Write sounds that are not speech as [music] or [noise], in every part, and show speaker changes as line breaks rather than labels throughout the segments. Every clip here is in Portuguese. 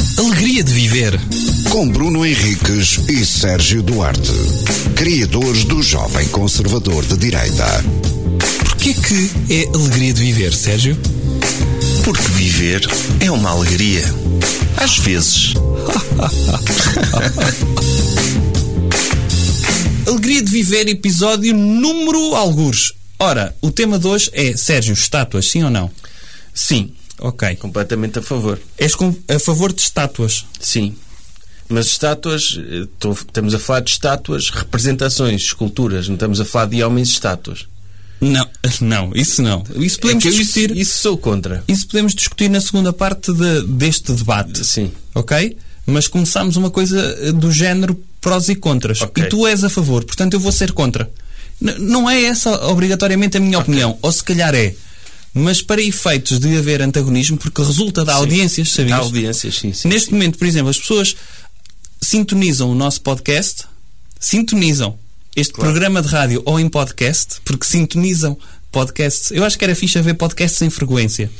gostaria de viver.
Com Bruno Henriques e Sérgio Duarte, criadores do Jovem Conservador de Direita.
Porquê que é alegria de viver, Sérgio?
Porque viver é uma alegria. Às vezes.
Alegria de viver, episódio número algures. Ora, o tema de hoje é, Sérgio, estátuas, sim ou não?
Sim,
Ok.
completamente a favor.
És com- a favor de estátuas.
Sim. Mas estátuas, eh, tô- estamos a falar de estátuas, representações, esculturas, não estamos a falar de homens estátuas.
Não, [laughs] não, isso não. Isso podemos
É que eu isso,
discutir. isso...
isso sou contra.
podemos discutir na segunda parte de- deste debate.
Sim.
Ok? Mas começámos uma coisa eh, do género prós e contras.
Ok.
E tu és a favor, portanto eu vou ser contra. N- não é essa obrigatoriamente a minha opinião. Ou se calhar é. Mas para efeitos de haver antagonismo, porque resulta da audiências,
Há
sabias?
audiências, sim, sim.
Neste momento, por exemplo, as pessoas sintonizam o nosso podcast, sintonizam este programa de rádio ou em podcast, porque sintonizam podcasts. Eu acho que era fixe haver podcasts em frequência.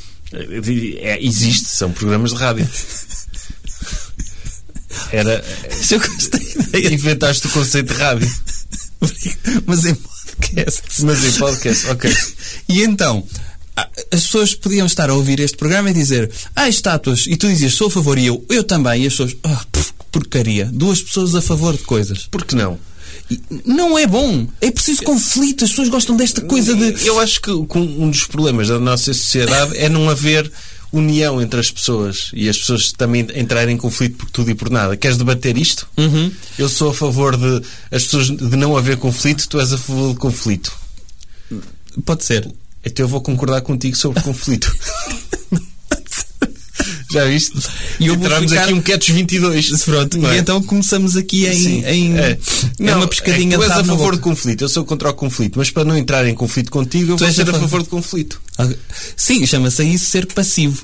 É, existe, são programas de [laughs] rádio. Era.
Eu gostei da ideia,
Inventaste o conceito de rádio.
[laughs] mas em podcasts.
Mas em podcast, ok.
E então, a- as pessoas podiam estar a ouvir este programa e dizer Ah, estátuas, e tu dizias sou a favor e eu, eu também, e as pessoas, ah, pff, que porcaria, duas pessoas a favor de coisas.
Por que não?
E não é bom, é preciso conflito, as pessoas gostam desta coisa de
Eu acho que o- com- um dos problemas da nossa sociedade é não haver união entre as pessoas e as pessoas também entrarem em conflito por tudo e por nada. Queres debater isto?
Uhum.
Eu sou a favor de as pessoas de não haver conflito, tu és a favor de conflito.
Pode ser.
Então eu vou concordar contigo
[laughs]
sobre conflito. Já viste?
E eu vou
Entramos
ficar-
aqui um catch 22. Pronto,
E então começamos aqui em. em-
é.
é uma pescadinha
é, que
de
tu és a
rabo na
favor de
boca.
conflito, eu sou contra o conflito, mas para não entrar em conflito contigo, eu
Tu
vou
és a
ser a
favor-
favor de conflito.
Ah, Sim, chama-se isso ser passivo.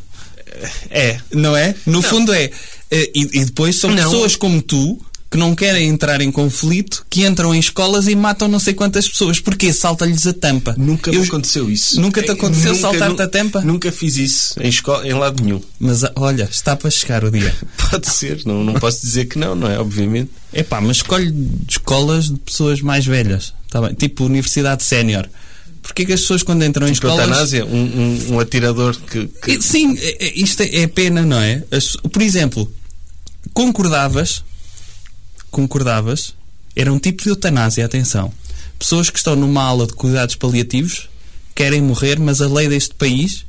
É.
Não é? No fundo é. Eh, E, e depois são
Não.
pessoas como tu que não querem entrar em conflito, que entram em escolas e matam não sei quantas pessoas. Porquê? Salta-lhes a tampa.
Nunca
Eu-
me aconteceu isso.
Nunca te
É,
aconteceu
nunca,
saltar-te
nu-
a tampa?
Nunca fiz isso em, escola, em lado nenhum. [laughs]
Mas ah, olha, está para chegar o dia.
Pode ser, não, não posso dizer que não, não é? Obviamente.
Epá, mas escolhe escolas de pessoas mais velhas. Tá bem? Tipo universidade sénior. Porquê que as pessoas quando entram em escolas
Eutanásia, um, um, um atirador que. que-
E, Sim, é- é- isto é é pena, não é? As- Por exemplo, concordavas, concordavas, era um tipo de eutanásia, atenção. Pessoas que estão numa aula de cuidados paliativos querem morrer, mas a lei deste país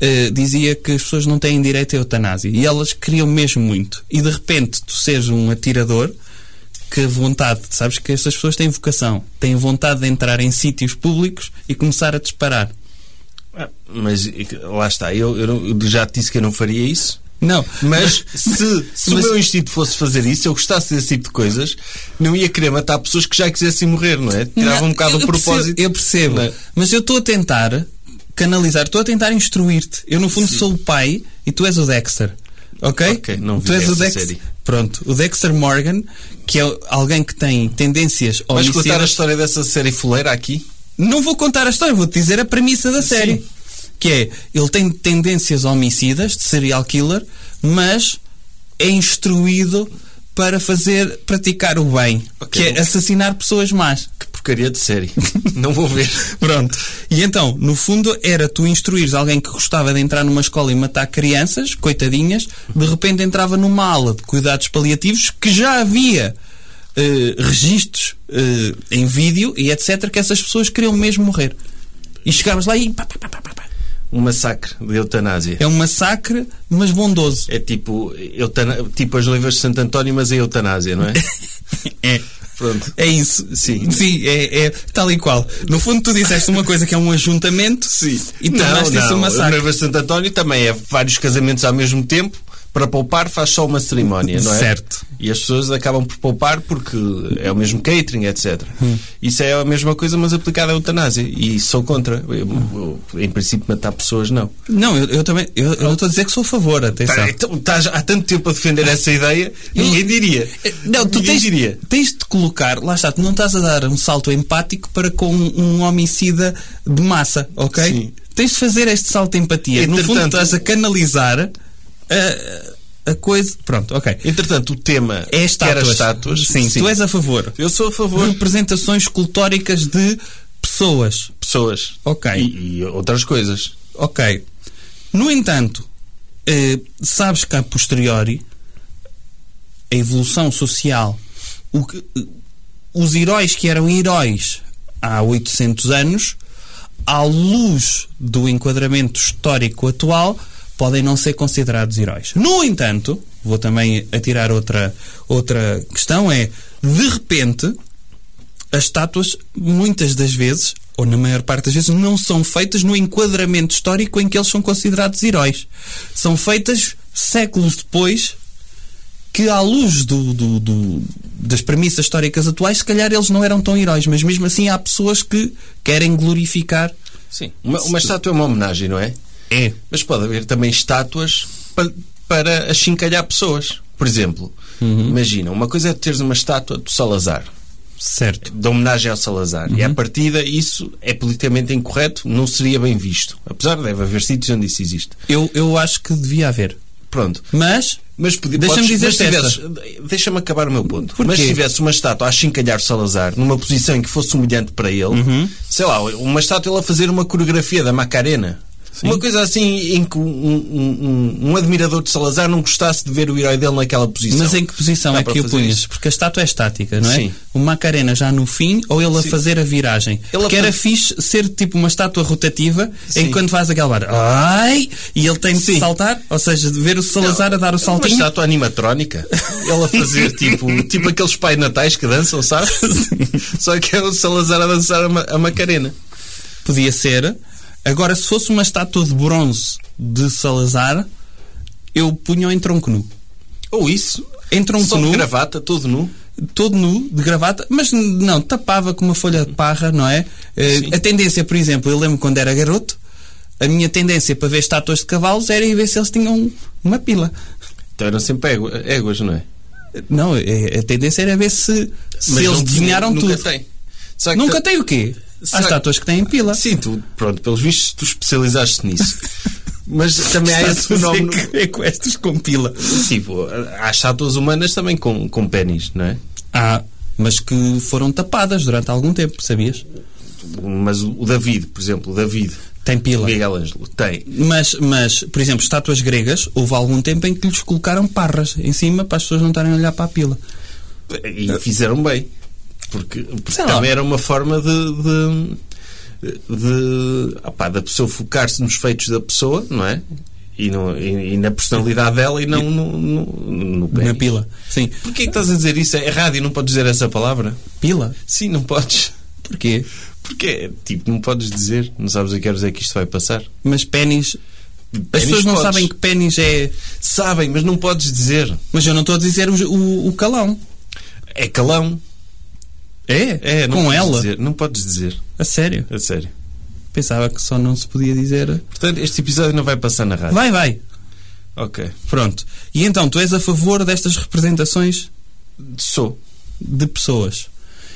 eh, dizia que as pessoas não têm direito à eutanásia e elas queriam mesmo muito. E de repente tu seres um atirador que vontade, sabes que estas pessoas têm vocação, têm vontade de entrar em sítios públicos e começar a disparar.
Ah, Mas e que- lá está, eu, eu não- eu já te disse que eu não faria isso.
Não,
Mas se, se
[laughs] mas-
o meu instinto fosse fazer isso, se eu gostasse desse tipo de coisas, não ia querer matar pessoas que já quisessem morrer, não é? Tirava
Não,
um bocado
eu
o propósito.
Percebo, eu percebo,
Não é?
mas eu estou a tentar canalizar, estou a tentar instruir-te. Eu, no fundo, sou o pai e tu és o Dexter. Ok?
Ok, não vi
tu és o
essa
Dex-
série.
Pronto, o Dexter Morgan, que é alguém que tem tendências
Vais contar a
homicidas.
história dessa série fuleira aqui?
Não vou contar a história, vou-te dizer a premissa da série. Que é, ele tem tendências homicidas, de serial killer, mas é instruído para fazer, praticar o bem.
Ok.
Que é assassinar pessoas más.
Que porcaria de série. [laughs] não vou ver.
Pronto. E então, no fundo, era tu instruires alguém que gostava de entrar numa escola e matar crianças, coitadinhas, de repente entrava numa ala de cuidados paliativos que já havia eh, registros eh, em vídeo e etc. que essas pessoas queriam mesmo morrer. E chegavas lá e pá, pá, pá, pá, pá, pá.
Um massacre de eutanásia.
É um massacre, mas bondoso.
É tipo, eutana... tipo as noivas de Santo António, mas em eutanásia, [laughs] não é?
É.
Pronto.
É isso,
Sim.
Sim, é, é tal e qual. No fundo, tu disseste uma coisa que é um ajuntamento e tornaste isso um
As
massacre.
noivas de Santo António também é vários casamentos ao mesmo tempo. Para poupar faz só uma cerimónia, não é?
Certo.
E as pessoas acabam por poupar porque é o mesmo catering, etc. Isso é a mesma coisa, mas aplicada à eutanásia. E sou contra. Eu- eu- em princípio, matar pessoas, não.
Não, eu, eu também. Eu, eu não estou a dizer que sou a favor, atenção.
Tá, então, estás há tanto tempo a defender essa ideia, ninguém diria.
Eh, Não, tu
Ninguém
tens,
diria.
tens de colocar, lá está, tu não estás a dar um salto empático para com um, um homicida de massa, ok?
Sim.
Tens de fazer este salto de empatia. no
Entretanto-
fundo, estás a canalizar eh, a coisa. Pronto, ok.
Entretanto, o tema
É
que
estátuas.
era estátuas.
Sim, tu és a favor.
Eu sou a favor de
Representações escultóricas de pessoas.
pessoas.
Ok.
E, e outras coisas.
Ok. No entanto, eh, sabes que a posteriori a evolução social, o que- eh, os heróis que eram heróis há 800 anos, à luz do enquadramento histórico atual, podem não ser considerados heróis. No entanto, vou também atirar outra, outra questão, é de repente as estátuas, muitas das vezes, ou na maior parte das vezes, não são feitas no enquadramento histórico em que eles são considerados heróis. São feitas séculos depois que, à luz do- do- do- das premissas históricas atuais, se calhar eles não eram tão heróis, mas mesmo assim há pessoas que querem glorificar.
Sim. Uma, uma estátua é uma homenagem, não é?
É.
Mas pode haver também estátuas para, para achincalhar pessoas. Por exemplo, imagina, uma coisa é teres uma estátua do Salazar,
Certo.
de homenagem ao Salazar. E à partida, isso é politicamente incorreto, não seria bem visto. Apesar de deve haver sítios onde isso existe.
Eu, eu acho que devia haver.
Pronto.
Mas.
Mas podia-
Deixa-me
podes-
dizer-te
mas se tivesses- Deixa-me acabar o meu ponto.
Porquê?
Mas se tivesse uma estátua a chincalhar Salazar numa posição em que fosse humilhante para ele,
Uhum.
sei lá, uma estátua ele a fazer uma coreografia da Macarena. Uma coisa assim em que um, um- um- um admirador de Salazar não gostasse de ver o herói dele naquela posição.
Mas em que posição
Dá
é
para
que o
fazer
punhas?
isso.
Porque a estátua é estática, não é?
Sim.
O Macarena já no fim ou ele a fazer a viragem?
Ele a
Porque era
fa-
fixe ser tipo uma estátua rotativa
Sim.
enquanto faz aquela barra. Ai! E ele tem de
Sim. é
saltar, ou seja, de ver o Salazar a dar o
Uma
saltinho. [laughs]
estátua animatrónica. Ele a fazer tipo, tipo aqueles pais natais que
[laughs]
dançam, sabe? Só que é o Salazar a dançar a, ma a Macarena.
Podia ser. Agora, se fosse uma estátua de bronze de Salazar, eu punho em tronco nu.
Ou isso.
Em tronco
Um Só de
nu,
gravata, todo nu.
todo nu, de gravata, mas n- não, tapava com uma folha de parra, não é? Eh,
Sim.
a tendência, por exemplo, eu lembro quando era garoto, a minha tendência para ver estátuas de cavalos era ir ver se eles tinham uma pila.
Então eram sempre égua- éguas, não é?
Não, eh, a tendência era ver se, se
Mas
eles
não-
desenharam
nunca
tudo.
Tem. Será que
Nunca
ta-
tem o quê? Há
Será que-
estátuas que têm pila.
Sim, tu, pronto, pelos vistos tu especializaste
[laughs]
nisso. Mas também há esse
Estátuas
fenómeno.
é que- é com estas com pila.
Tipo, há estátuas humanas também com, com pênis, não é?
Ah, mas que foram tapadas durante algum tempo, sabias?
Mas o o David, por exemplo, o David
Tem pila.
Miguel Ângelo, tem.
Mas, mas, por exemplo, estátuas gregas, houve algum tempo em que lhes colocaram parras em cima para as pessoas não estarem a olhar para a pila.
E fizeram bem. Porque, porque
Sei lá.
também era uma forma de. de de- opá, da pessoa focar-se nos feitos da pessoa, não é? E, no- e- e na personalidade dela e não no, no, no
Na
pênis.
pila. Sim.
Porquê que estás a dizer isso? É rádio, não podes dizer essa palavra?
Pila?
Sim, não podes.
Porquê?
Porquê? Tipo, não podes dizer. Não sabes a que horas é que isto vai passar.
Mas pênis. As
Pênis
pessoas não
podes.
sabem que pênis é.
Sabem, mas não podes dizer.
Mas eu não estou a dizer o, o- o calão.
É calão.
É?
É, não
Com
podes
ela?
dizer. Não podes dizer.
A sério.
A sério.
Pensava que só não se podia dizer.
Portanto, este episódio não vai passar na rádio.
Vai, vai.
Ok.
Pronto. E então, tu és a favor destas representações
Sou.
de pessoas.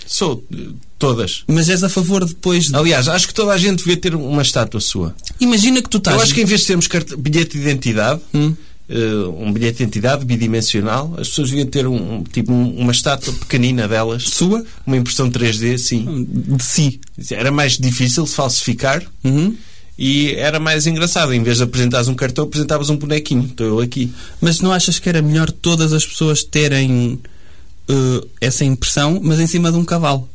Sou. eh, Todas.
Mas és a favor depois de.
Aliás, acho que toda a gente devia ter uma estátua sua.
Imagina que tu estás.
Eu acho que em vez de termos carte- bilhete de identidade,
Hum.
eh, um bilhete de identidade bidimensional, as pessoas deviam ter um, um- tipo um- uma estátua pequenina delas.
Sua? Hum,
Uma impressão 3D, sim.
De si.
Era mais difícil de falsificar
Uhum.
e era mais engraçado. Em vez de apresentares um cartão, apresentavas um bonequinho. Estou eu aqui.
Mas não achas que era melhor todas as pessoas terem eh, essa impressão, mas em cima de um cavalo?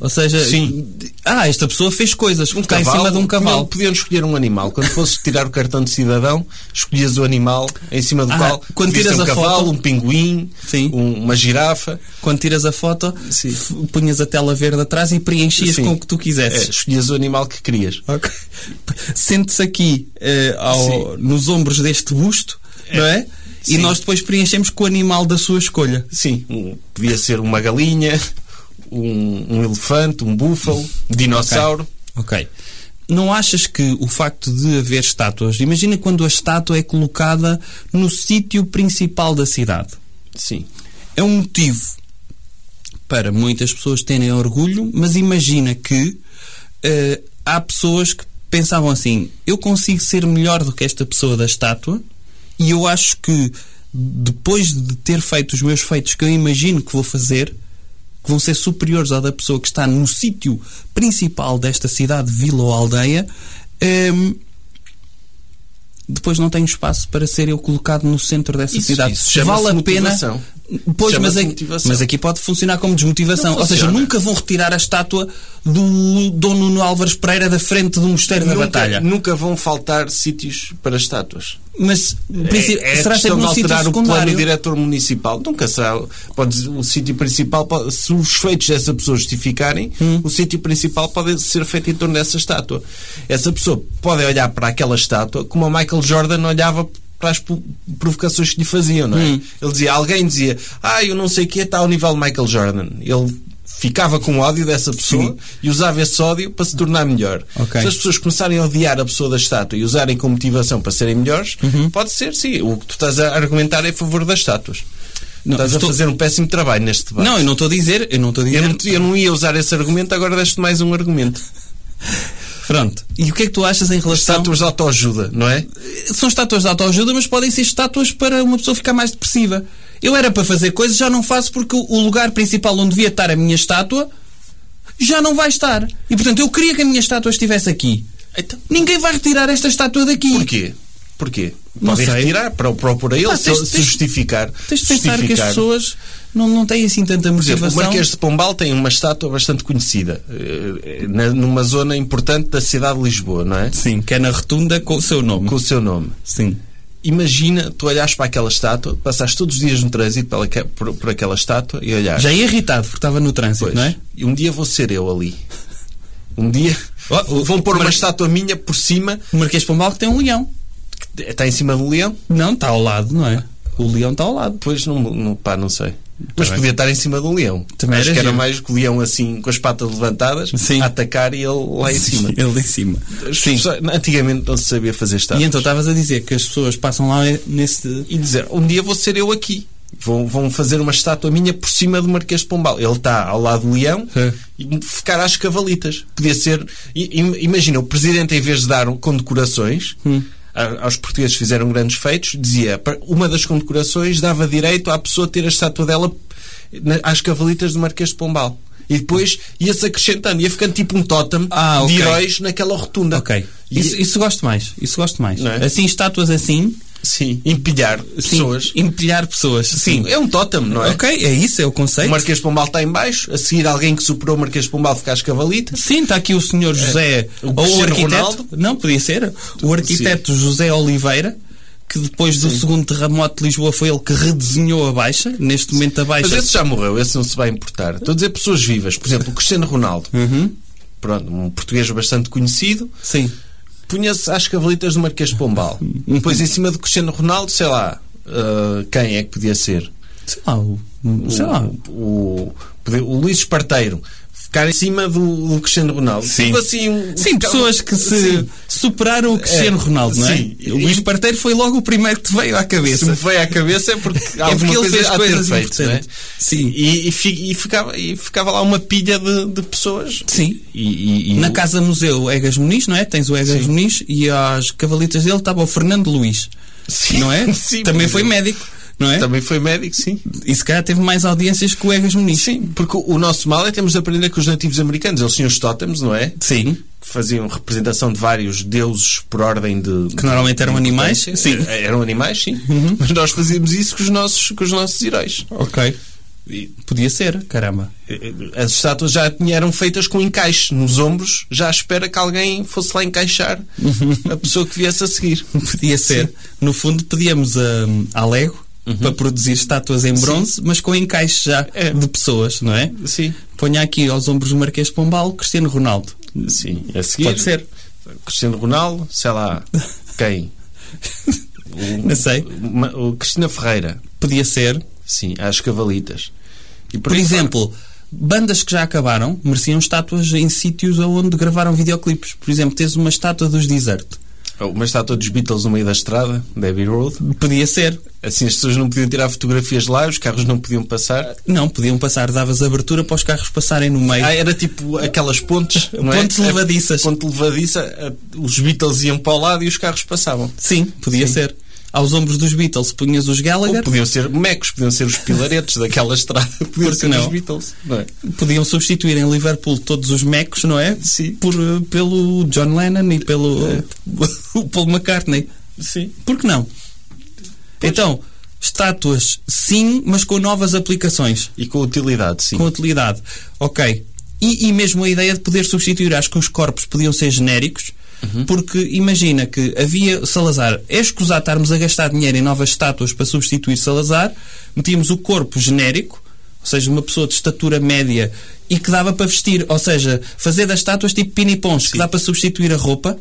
Ou seja,
Sim.
ah, esta pessoa fez coisas, um está em cima de um
Podiam,
cavalo.
podiam escolher um animal. Quando fosses tirar o cartão de cidadão, escolhias o animal em cima do
Ah,
qual.
quando
podias ter
tiras
um
a
cavalo,
foto-
um pinguim,
Sim.
um- uma girafa.
Quando tiras a foto,
Sim.
f- punhas a tela verde atrás e preenchias
Sim.
com o que tu
É,
quisesses.
escolhias o animal que querias.
Ok. [laughs] Sente-se aqui eh, ao- nos ombros deste busto, não é? E
Sim.
nós depois preenchemos com o animal da sua escolha.
Sim, um- podia ser uma galinha, um, um elefante, um búfalo, um dinossauro.
Ok. Não achas que o facto de haver estátuas, imagina quando a estátua é colocada no sítio principal da cidade,
Sim.
é um motivo para muitas pessoas terem orgulho, mas imagina que eh, há pessoas que pensavam assim: eu consigo ser melhor do que esta pessoa da estátua, e eu acho que depois de ter feito os meus feitos que eu imagino que vou fazer, que vão ser superiores à da pessoa que está no sítio principal desta cidade, vila ou aldeia, hum, depois não tenho espaço para ser eu colocado no centro dessa
Isso-
cidade.
isso chama-se
vale a
motivação.
pena. Pois,
Chama-se
mas aqui,
motivação.
mas aqui pode funcionar como desmotivação.
Não
Ou seja,
funciona.
nunca vão retirar a estátua do Dom Nuno Álvares Pereira da frente do Mosteiro da
nunca,
Batalha.
nunca vão faltar sítios para estátuas.
Mas princi-
é, é
será
questão
sempre
de
um sítio
alterar o plano
secundário.
diretor municipal. Nunca será. Pode, o sítio principal, pode- se os feitos dessa pessoa justificarem,
Hum.
o sítio principal pode ser feito em torno dessa estátua. Essa pessoa pode olhar para aquela estátua como a Michael Jordan olhava para as po- provocações que lhe faziam, não é?
Hum.
Ele dizia, alguém dizia, ah, eu não sei o que está ao nível de Michael Jordan. Ele ficava com ódio dessa pessoa e usava esse ódio para se tornar melhor.
Ok.
Se as pessoas começarem a odiar a pessoa da estátua e usarem como motivação para serem melhores,
Uhum.
pode ser, sim. O que tu estás a argumentar é a favor das estátuas.
Não,
estás
estou-
a fazer um péssimo trabalho neste debate.
Não, eu não estou a dizer, eu Então- não estou a dizer.
eu, não, eu não ia usar esse argumento, agora deste mais um argumento.
Pronto. E o que é que tu achas em relação
Estátuas de autoajuda, não é?
são estátuas de autoajuda, mas podem ser estátuas para uma pessoa ficar mais depressiva. Eu era para fazer coisas, já não faço porque o lugar principal onde devia estar a minha estátua já não vai estar. E portanto, eu queria que a minha estátua estivesse aqui.
Então,
Ninguém vai retirar esta estátua daqui.
porquê? Porquê?
Não
Podem
sei.
retirar, para, para, para ele,
Pá,
se,
tens-
se
tens-
justificar.
Tens de pensar que as
justificar.
pessoas não, não têm assim tanta
Por exemplo,
motivação.
o Marquês de Pombal tem uma estátua bastante conhecida, eh, na- numa zona importante da cidade de Lisboa, não é?
Sim, que é na retunda com o seu nome.
Com o seu nome.
Sim.
Imagina, tu olhares para aquela estátua, passaste todos os dias no trânsito pela, que- por, por aquela estátua e olhares.
Já ia irritado porque estava no trânsito,
Ah. "Pois,
não é?
e Um dia vou ser eu ali. Um dia
Oh, o-
vão pôr uma
Mar-
estátua minha por cima,
O Marquês de Pombal que tem um leão.
que está em cima do leão.
Não, está ao lado, não é? O leão está ao lado.
Pois não, não pá, não sei. Mas
Tá bem.
podia estar em cima do leão.
Também
Acho
era
que era
giro.
mais que o leão assim, com as patas levantadas,
Sim.
a atacar e [laughs] ele lá em cima.
Ele em cima.
As pessoas- antigamente não se sabia fazer estátuas.
E então estavas a dizer que as pessoas passam lá nesse.
E dizer, um dia vou ser eu aqui. Vão, vão fazer uma estátua minha por cima do Marquês de Pombal. Ele está ao lado do leão
É.
e ficar às cavalitas. Podia ser... i- im- Imagina, o Presidente, em vez de dar um condecorações...
Hum.
a- Aos portugueses que fizeram grandes feitos, dizia "Pa- uma das condecorações dava direito à pessoa ter a estátua dela na- às cavalitas do Marquês de Pombal e depois ia-se acrescentando, ia ficando tipo um tótem
Ah, ok.
de heróis naquela rotunda.
Ok.
E-
Isso, isso gosto mais. Isso gosto mais.
Não é?
Assim, estátuas assim.
Sim, empilhar
sim,
pessoas.
Empilhar pessoas. Sim.
É um tótem, não é?
Ok, é isso, é o
O
conceito.
Marquês de Pombal está em baixo, a seguir alguém que superou o Marquês de Pombal fica às cavalitas.
Sim, está aqui o senhor José.
É. o
ou o
Cristiano
arquiteto.
Ronaldo.
Não, podia ser. O arquiteto José Oliveira. Que depois do segundo terremoto de Lisboa foi ele que redesenhou a baixa. Neste momento a baixa.
Mas esse já morreu, esse não se vai importar. Estou a dizer pessoas vivas, por exemplo, o Cristiano Ronaldo.
Uhum.
Pronto, um português bastante conhecido.
Sim.
Punha-se às cavalitas do Marquês de Pombal. Depois, em cima do Cristiano Ronaldo, sei lá, ah, quem é que podia ser?
Sei lá. o- Sei lá.
O, o, o Luís Esparteiro. Ficar em cima do, do Cristiano Ronaldo.
Sim.
Tipo assim, um-
Sim,
ficar-
pessoas que se
Sim.
superaram o Cristiano
É,
Ronaldo, não é?
sim.
O Luís Parteiro foi logo o primeiro que te veio à
se me
cabeça.
veio à cabeça [laughs] é porque, alguma
porque ele
coisa
fez
há de ter
coisas
feito, não é?
importantes. Sim.
E, e fi- e ficava, e ficava lá uma pilha de, de pessoas.
Sim.
E, e- e
Na
o-
Casa Museu Egas Muniz, não é? Tens o Egas Muniz e às cavalitas dele estava o Fernando
[laughs]
Luís,
Sim.
não é?
[laughs] Sim,
Também
mas
foi
eu-
médico, não é?
Também foi médico, sim.
E se calhar teve mais audiências que o Egas Muniz.
Sim, porque o- o nosso mal é temos de aprender com os nativos americanos. Eles tinham os tótems, não é?
Sim.
Que faziam representação de vários deuses por ordem de. É,
Que normalmente eram animais. Sim.
Eram animais, sim. Mas nós fazíamos isso com os nossos, com os nossos heróis.
Ok.
E-
Podia ser, caramba. [laughs]
Eh, As estátuas já tinham- eram feitas com encaixe nos ombros, já à espera que alguém fosse lá encaixar a pessoa que viesse a seguir.
Podia ser. No fundo, pedíamos a, a Lego para produzir estátuas em bronze, mas com encaixe já
Uhum. É.
de pessoas, não é?
Sim.
Ponha aqui aos ombros do Marquês de Pombal Cristiano Ronaldo.
Sim, a seguir.
Pode ser.
Cristiano Ronaldo, sei lá, quem?
Não sei.
Uma- o Cristina Ferreira,
Podia ser.
sim, às cavalitas. E
Por
aí
exemplo, bandas que já acabaram mereciam estátuas em sítios onde gravaram videoclipes. Por exemplo, tens uma estátua dos Desert.
fora. É Uma estátua dos Beatles no meio da estrada, da Abbey Road.
Podia ser.
Assim as pessoas não podiam tirar fotografias lá, os carros não podiam passar.
Não, podiam passar, davas abertura para os carros passarem no meio.
Ah, era tipo aquelas pontes, não
Pontes
é? eh,
levadiças.
A ponte levadiça, a- os Beatles iam para o lado e os carros passavam.
Sim, podia
Sim.
ser. aos ombros dos Beatles punhas os
Ou
Gallagher,
podiam ser mecos, podiam ser os pilaretes [laughs] daquela estrada, podiam
que
ser os
não?
Beatles. Não é?
podiam substituir em Liverpool todos os mecos, não é?
Sim.
Por, eh, pelo John Lennon e pelo [laughs] o Paul McCartney.
Sim.
Por que não? Então, estátuas sim, mas com novas aplicações,
E com utilidade, sim.
com utilidade. Ok. E, e mesmo a ideia de poder substituir, acho que os corpos podiam ser genéricos, porque imagina que havia Salazar, é escusado estarmos a gastar dinheiro em novas estátuas para substituir Salazar, metíamos o corpo genérico, ou seja, uma pessoa de estatura média e que dava para vestir, ou seja, fazer das estátuas tipo pinipons, que dá para substituir a roupa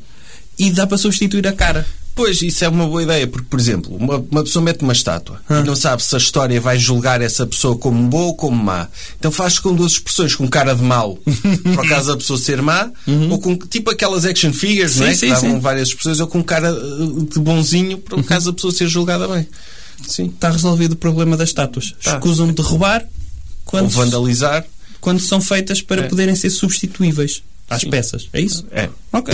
e dá para substituir a cara.
Pois, isso é uma boa ideia, porque, por exemplo, uma, uma pessoa mete uma estátua
Ah.
e não sabe se a história vai julgar essa pessoa como boa ou como má. Então faz com duas expressões, com cara de
[laughs]
mau, por acaso a pessoa ser má, ou com tipo aquelas action figures,
Uhum. Sim,
não é?
sim,
que davam
sim. Uhum.
várias expressões, ou com cara uh, de bonzinho, por acaso a pessoa ser julgada bem. Sim.
está resolvido o problema das estátuas.
Tá.
Escusam de roubar
Ou
quando,
vandalizar.
quando são feitas para
É.
poderem ser substituíveis às
Sim.
peças. É isso?
É.
Ok.